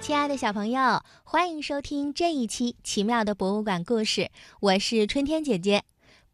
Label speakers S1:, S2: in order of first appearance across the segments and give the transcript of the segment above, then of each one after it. S1: 亲爱的小朋友，欢迎收听这一期《奇妙的博物馆故事》，我是春天姐姐。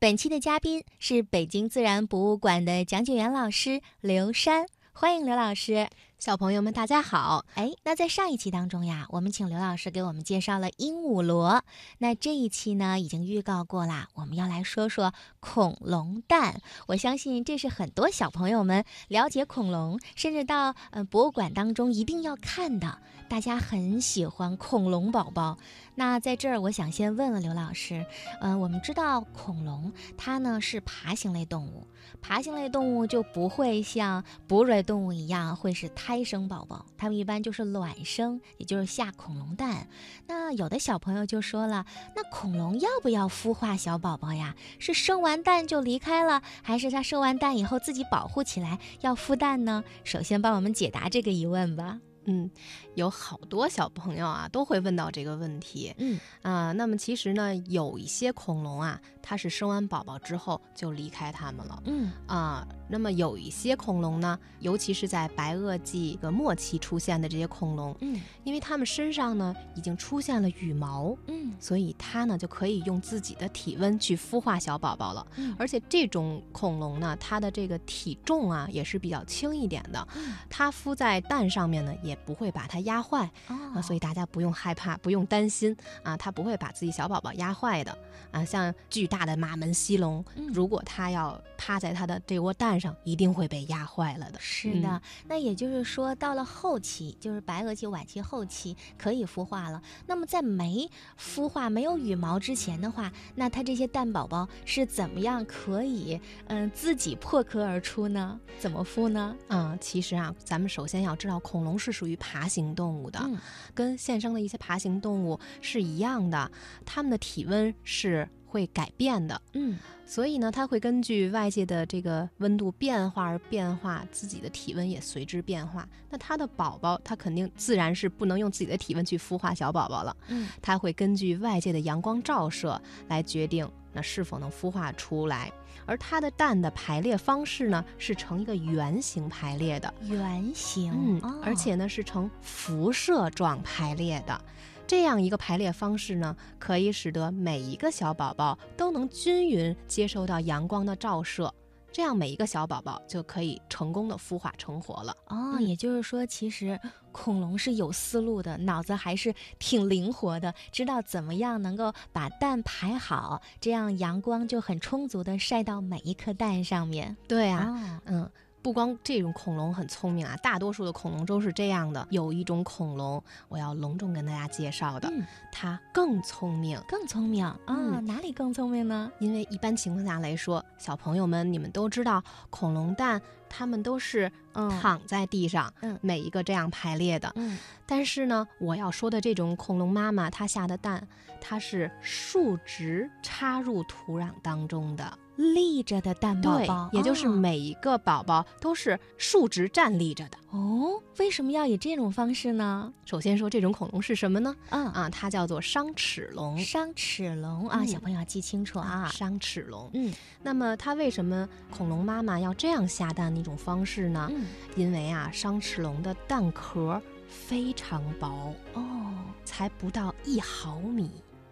S1: 本期的嘉宾是北京自然博物馆的讲解员老师刘珊，欢迎刘老师。
S2: 小朋友们，大家好！
S1: 哎，那在上一期当中呀，我们请刘老师给我们介绍了鹦鹉螺。那这一期呢，已经预告过啦，我们要来说说恐龙蛋。我相信这是很多小朋友们了解恐龙，甚至到呃博物馆当中一定要看的。大家很喜欢恐龙宝宝。那在这儿，我想先问问刘老师，嗯、呃，我们知道恐龙它呢是爬行类动物，爬行类动物就不会像哺乳类动物一样会是胎生宝宝，它们一般就是卵生，也就是下恐龙蛋。那有的小朋友就说了，那恐龙要不要孵化小宝宝呀？是生完蛋就离开了，还是它生完蛋以后自己保护起来要孵蛋呢？首先帮我们解答这个疑问吧。
S2: 嗯，有好多小朋友啊都会问到这个问题
S1: 嗯，
S2: 啊、那么其实呢，有一些恐龙啊，它是生完宝宝之后就离开它们了
S1: 嗯
S2: 啊、那么有一些恐龙呢，尤其是在白垩纪的末期出现的这些恐龙，
S1: 嗯
S2: 因为它们身上呢已经出现了羽毛，
S1: 嗯
S2: 所以它呢就可以用自己的体温去孵化小宝宝了。
S1: 嗯
S2: 而且这种恐龙呢，它的这个体重啊也是比较轻一点的，
S1: 嗯
S2: 它孵在蛋上面呢也不会把它压坏啊，
S1: 哦，
S2: 所以
S1: 以
S2: 大家不用害怕，不用担心啊，它不会把自己小宝宝压坏的啊。像巨大的马门溪龙，
S1: 嗯
S2: 如果它要趴在它的这窝蛋上，一定会被压坏了的。
S1: 是的，
S2: 嗯
S1: 那也就是说，到了后期，就是白垩纪晚期后期可以孵化了。那么在没孵化、没有羽毛之前的话，那它这些蛋宝宝是怎么样可以嗯、自己破壳而出呢？怎么孵呢？
S2: 嗯，其实啊，咱们首先要知道，恐龙是属于爬行动物的，
S1: 嗯
S2: 跟现生的一些爬行动物是一样的，它们的体温是会改变的，
S1: 嗯
S2: 所以呢，它会根据外界的这个温度变化而变化，自己的体温也随之变化。那它的宝宝，它肯定自然是不能用自己的体温去孵化小宝宝了，
S1: 嗯
S2: 它会根据外界的阳光照射来决定那是否能孵化出来。而它的蛋的排列方式呢，是呈一个圆形排列的，
S1: 圆形，
S2: 嗯
S1: 哦，
S2: 而且呢是呈辐射状排列的。这样一个排列方式呢，可以使得每一个小宝宝都能均匀接收到阳光的照射，这样每一个小宝宝就可以成功的孵化成活了。
S1: 哦，
S2: 嗯
S1: 也就是说，其实恐龙是有思路的，脑子还是挺灵活的，知道怎么样能够把蛋排好，这样阳光就很充足的晒到每一颗蛋上面。
S2: 对啊，
S1: 啊，
S2: 嗯，不光这种恐龙很聪明啊，大多数的恐龙都是这样的。有一种恐龙，我要隆重跟大家介绍的，
S1: 嗯，
S2: 它更聪明。
S1: 更聪明啊、
S2: 嗯
S1: 哪里更聪明呢？
S2: 因为一般情况下来说，小朋友们，你们都知道，恐龙蛋它们都是
S1: 嗯
S2: 躺在地上，
S1: 嗯
S2: 每一个这样排列的。
S1: 嗯，
S2: 但是呢，我要说的这种恐龙妈妈它下的蛋，它是竖直插入土壤当中的，
S1: 立着的蛋宝宝，
S2: 也就是
S1: 哦
S2: 每一个宝宝都是竖直站立着的。
S1: 哦，为什么要以这种方式呢？
S2: 首先说这种恐龙是什么呢？
S1: 嗯，
S2: 啊，它叫做商齿龙。
S1: 伤齿龙啊，
S2: 嗯
S1: 小朋友要记清楚啊。
S2: 商齿龙。
S1: 嗯
S2: 那么它为什么恐龙妈妈要这样下蛋的一种方式呢？
S1: 嗯，
S2: 因为啊，商齿龙的蛋壳非常薄，
S1: 哦，
S2: 才不到一毫米。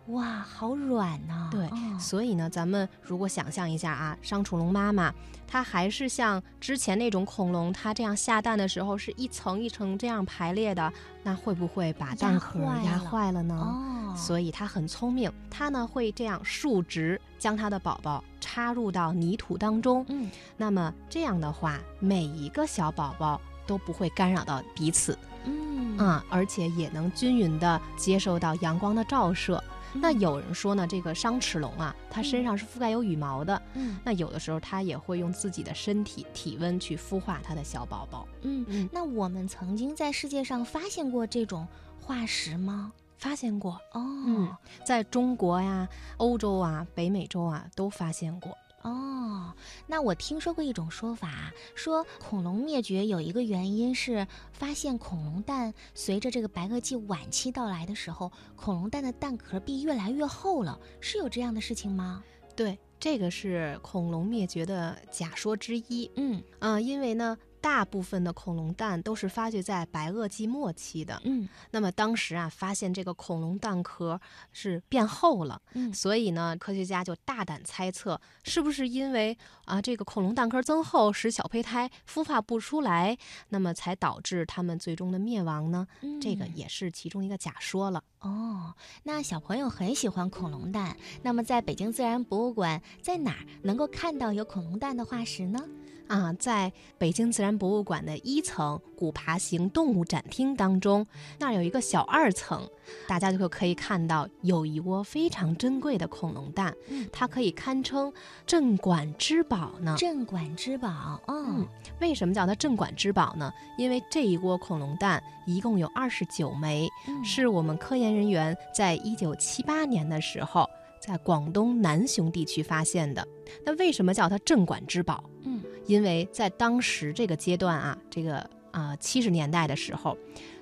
S1: 哇，好软呐、
S2: 对
S1: 哦
S2: 所以呢，咱们如果想象一下啊，商齿龙妈妈它还是像之前那种恐龙，它这样下蛋的时候是一层一层这样排列的，那会不会把蛋壳
S1: 压坏
S2: 压
S1: 了
S2: 坏了呢？
S1: 哦，
S2: 所以它很聪明，它呢会这样竖直将它的宝宝插入到泥土当中。
S1: 嗯，
S2: 那么这样的话，每一个小宝宝都不会干扰到彼此
S1: 嗯
S2: 啊啊、而且也能均匀的接受到阳光的照射。那有人说呢，这个商齿龙啊，它身上是覆盖有羽毛的，
S1: 嗯
S2: 那有的时候它也会用自己的身体体温去孵化它的小宝宝。
S1: 嗯
S2: 嗯，
S1: 那我们曾经在世界上发现过这种化石吗？
S2: 发现过，
S1: 哦，
S2: 嗯，在中国呀、欧洲啊、北美洲啊都发现过。
S1: 哦，那我听说过一种说法，说恐龙灭绝有一个原因是发现恐龙蛋随着这个白垩纪晚期到来的时候，恐龙蛋的蛋壳壁越来越厚了，是有这样的事情吗？
S2: 对，这个是恐龙灭绝的假说之一。
S1: 嗯
S2: 嗯、因为呢，大部分的恐龙蛋都是发掘在白垩纪末期的。
S1: 嗯
S2: 那么当时啊，发现这个恐龙蛋壳是变厚了，
S1: 嗯
S2: 所以呢，科学家就大胆猜测，是不是因为啊这个恐龙蛋壳增厚，使小胚胎孵化不出来，那么才导致它们最终的灭亡呢？
S1: 嗯，
S2: 这个也是其中一个假说了。
S1: 哦。那小朋友很喜欢恐龙蛋，那么在北京自然博物馆，在哪儿能够看到有恐龙蛋的化石呢？
S2: 啊，在北京自然博物馆的一层古爬行动物展厅当中，那儿有一个小二层，大家就可以看到有一窝非常珍贵的恐龙蛋，
S1: 嗯
S2: 它可以堪称镇馆之宝呢。
S1: 镇馆之宝哦，
S2: 嗯为什么叫它镇馆之宝呢？因为这一窝恐龙蛋一共有二十九枚，
S1: 嗯
S2: 是我们科研人员在一九七八年的时候在广东南雄地区发现的。那为什么叫它镇馆之宝？
S1: 嗯，
S2: 因为在当时这个阶段啊，这个啊七十年代的时候，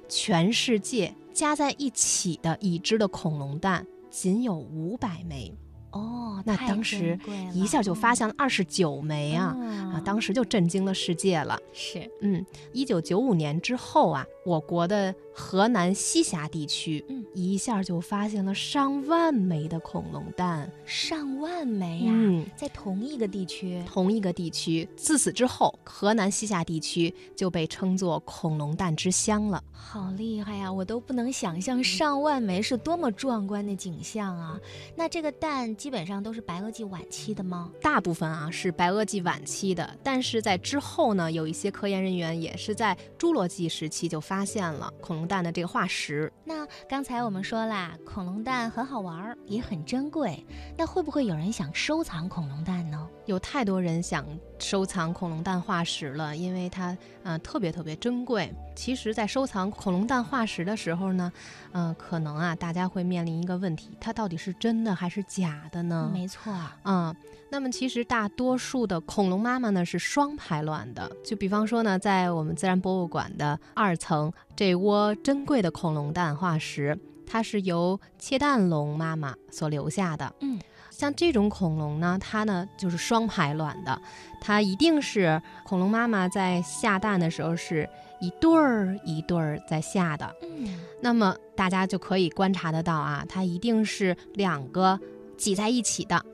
S2: 全世界加在一起的已知的恐龙蛋仅有五百枚，
S1: 哦，
S2: 那
S1: 太
S2: 当时
S1: 珍贵了
S2: 一下就发现了二十九枚啊！
S1: 嗯
S2: 啊，当时就震惊了世界了。
S1: 是
S2: 嗯，一九九五年之后啊，我国的河南西峡地区，
S1: 嗯
S2: 一下就发现了上万枚的恐龙蛋。
S1: 上万枚哎呀、
S2: 嗯，
S1: 在同一个地区。
S2: 同一个地区，自此之后，河南西峡地区就被称作恐龙蛋之乡了。
S1: 好厉害呀！我都不能想象上万枚是多么壮观的景象啊！那这个蛋基本上都是白垩纪晚期的吗？
S2: 大部分啊是白垩纪晚期的，但是在之后呢，有一些科研人员也是在侏罗纪时期就发现了恐龙蛋的这个化石。
S1: 那刚才我们说啦，恐龙蛋很好玩儿，也很珍贵。那会不会有人想收藏恐龙蛋呢？
S2: 有太多人想收藏恐龙蛋化石了，因为它呃特别特别珍贵。其实，在收藏恐龙蛋化石的时候呢，嗯、可能啊大家会面临一个问题，它到底是真的还是假的呢？
S1: 没错儿，
S2: 嗯，那么其实大多数的恐龙妈妈呢是双排卵的，就比方说呢，在我们自然博物馆的二层这窝珍贵的恐龙蛋化石，它是由切蛋龙妈妈所留下的。
S1: 嗯，
S2: 像这种恐龙呢，它呢就是双排卵的，它一定是恐龙妈妈在下蛋的时候是一对儿一对儿在下的。
S1: 嗯，
S2: 那么大家就可以观察得到啊，它一定是两个挤在一起的，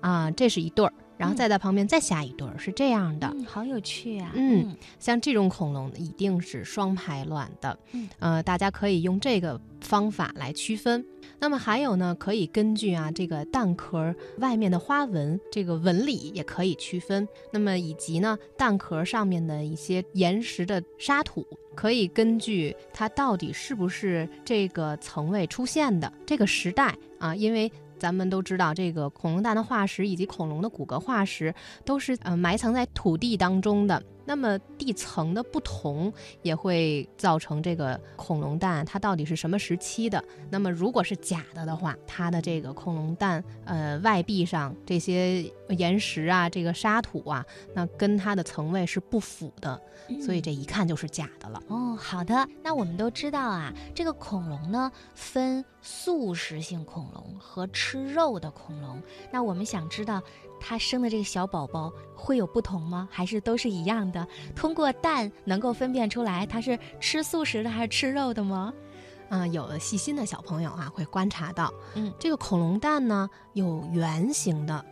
S2: 啊、这是一对儿，然后再在旁边再下一对儿，是这样的。
S1: 嗯好有趣啊！
S2: 嗯像这种恐龙一定是双排卵的，
S1: 嗯
S2: 呃，大家可以用这个方法来区分。那么还有呢，可以根据啊这个蛋壳外面的花纹，这个纹理也可以区分。那么以及呢，蛋壳上面的一些岩石的沙土，可以根据它到底是不是这个层位出现的这个时代啊，因为。咱们都知道，这个恐龙蛋的化石以及恐龙的骨骼化石都是呃埋藏在土地当中的。那么地层的不同也会造成这个恐龙蛋它到底是什么时期的。那么如果是假的的话，它的这个恐龙蛋呃外壁上这些岩石啊、这个沙土啊，那跟它的层位是不符的，
S1: 嗯
S2: 所以这一看就是假的了。
S1: 哦，好的。那我们都知道啊，这个恐龙呢分素食性恐龙和吃肉的恐龙。那我们想知道它生的这个小宝宝会有不同吗？还是都是一样的？通过蛋能够分辨出来它是吃素食的还是吃肉的吗？
S2: 啊、有细心的小朋友啊会观察到，
S1: 嗯，
S2: 这个恐龙蛋呢有圆形的，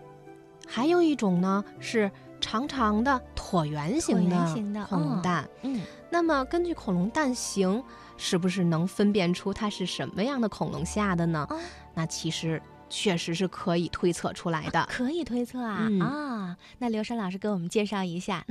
S2: 还有一种呢是长长的椭圆形
S1: 椭圆形的
S2: 的恐龙
S1: 嗯
S2: 蛋。
S1: 嗯
S2: 那么根据恐龙蛋形，是不是能分辨出它是什么样的恐龙下的呢？
S1: 啊
S2: 那其实确实是可以推测出来 的。
S1: 啊可以推测啊、
S2: 嗯
S1: 啊。那刘珊老师给我们介绍一下。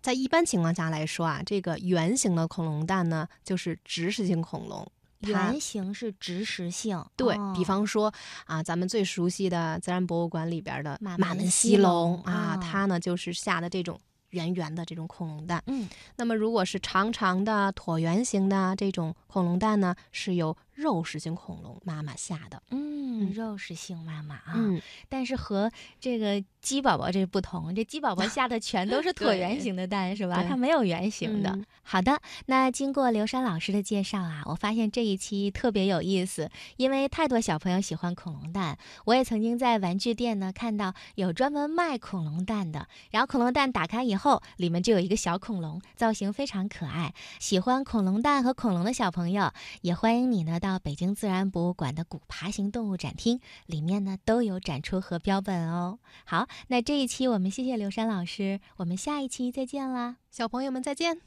S2: 在一般情况下来说啊，这个圆形的恐龙蛋呢，就是直视性恐龙。它
S1: 原型是植食性，
S2: 对、
S1: 哦
S2: 比方说啊，咱们最熟悉的自然博物馆里边的
S1: 马
S2: 马
S1: 门
S2: 门
S1: 溪
S2: 溪
S1: 龙
S2: 龙啊，
S1: 哦
S2: 它呢就是下的这种圆圆的这种恐龙蛋。
S1: 嗯，
S2: 那么如果是长长的椭圆形的这种恐龙蛋呢，是由肉食性恐龙妈妈下的。
S1: 嗯，
S2: 嗯
S1: 肉食性妈妈啊，
S2: 嗯，
S1: 但是和这个鸡宝宝这不同，这鸡宝宝下的全都是椭
S2: 对
S1: 圆形的蛋，是吧？
S2: 对
S1: 它没有圆形的。
S2: 嗯
S1: 好的，那经过刘珊老师的介绍啊，我发现这一期特别有意思，因为太多小朋友喜欢恐龙蛋。我也曾经在玩具店呢看到有专门卖恐龙蛋的，然后恐龙蛋打开以后，里面就有一个小恐龙，造型非常可爱。喜欢恐龙蛋和恐龙的小朋友，也欢迎你呢到北京自然博物馆的古爬行动物展厅，里面呢都有展出和标本哦。好，那这一期我们谢谢刘珊老师，我们下一期再见啦。
S2: 小朋友们再见。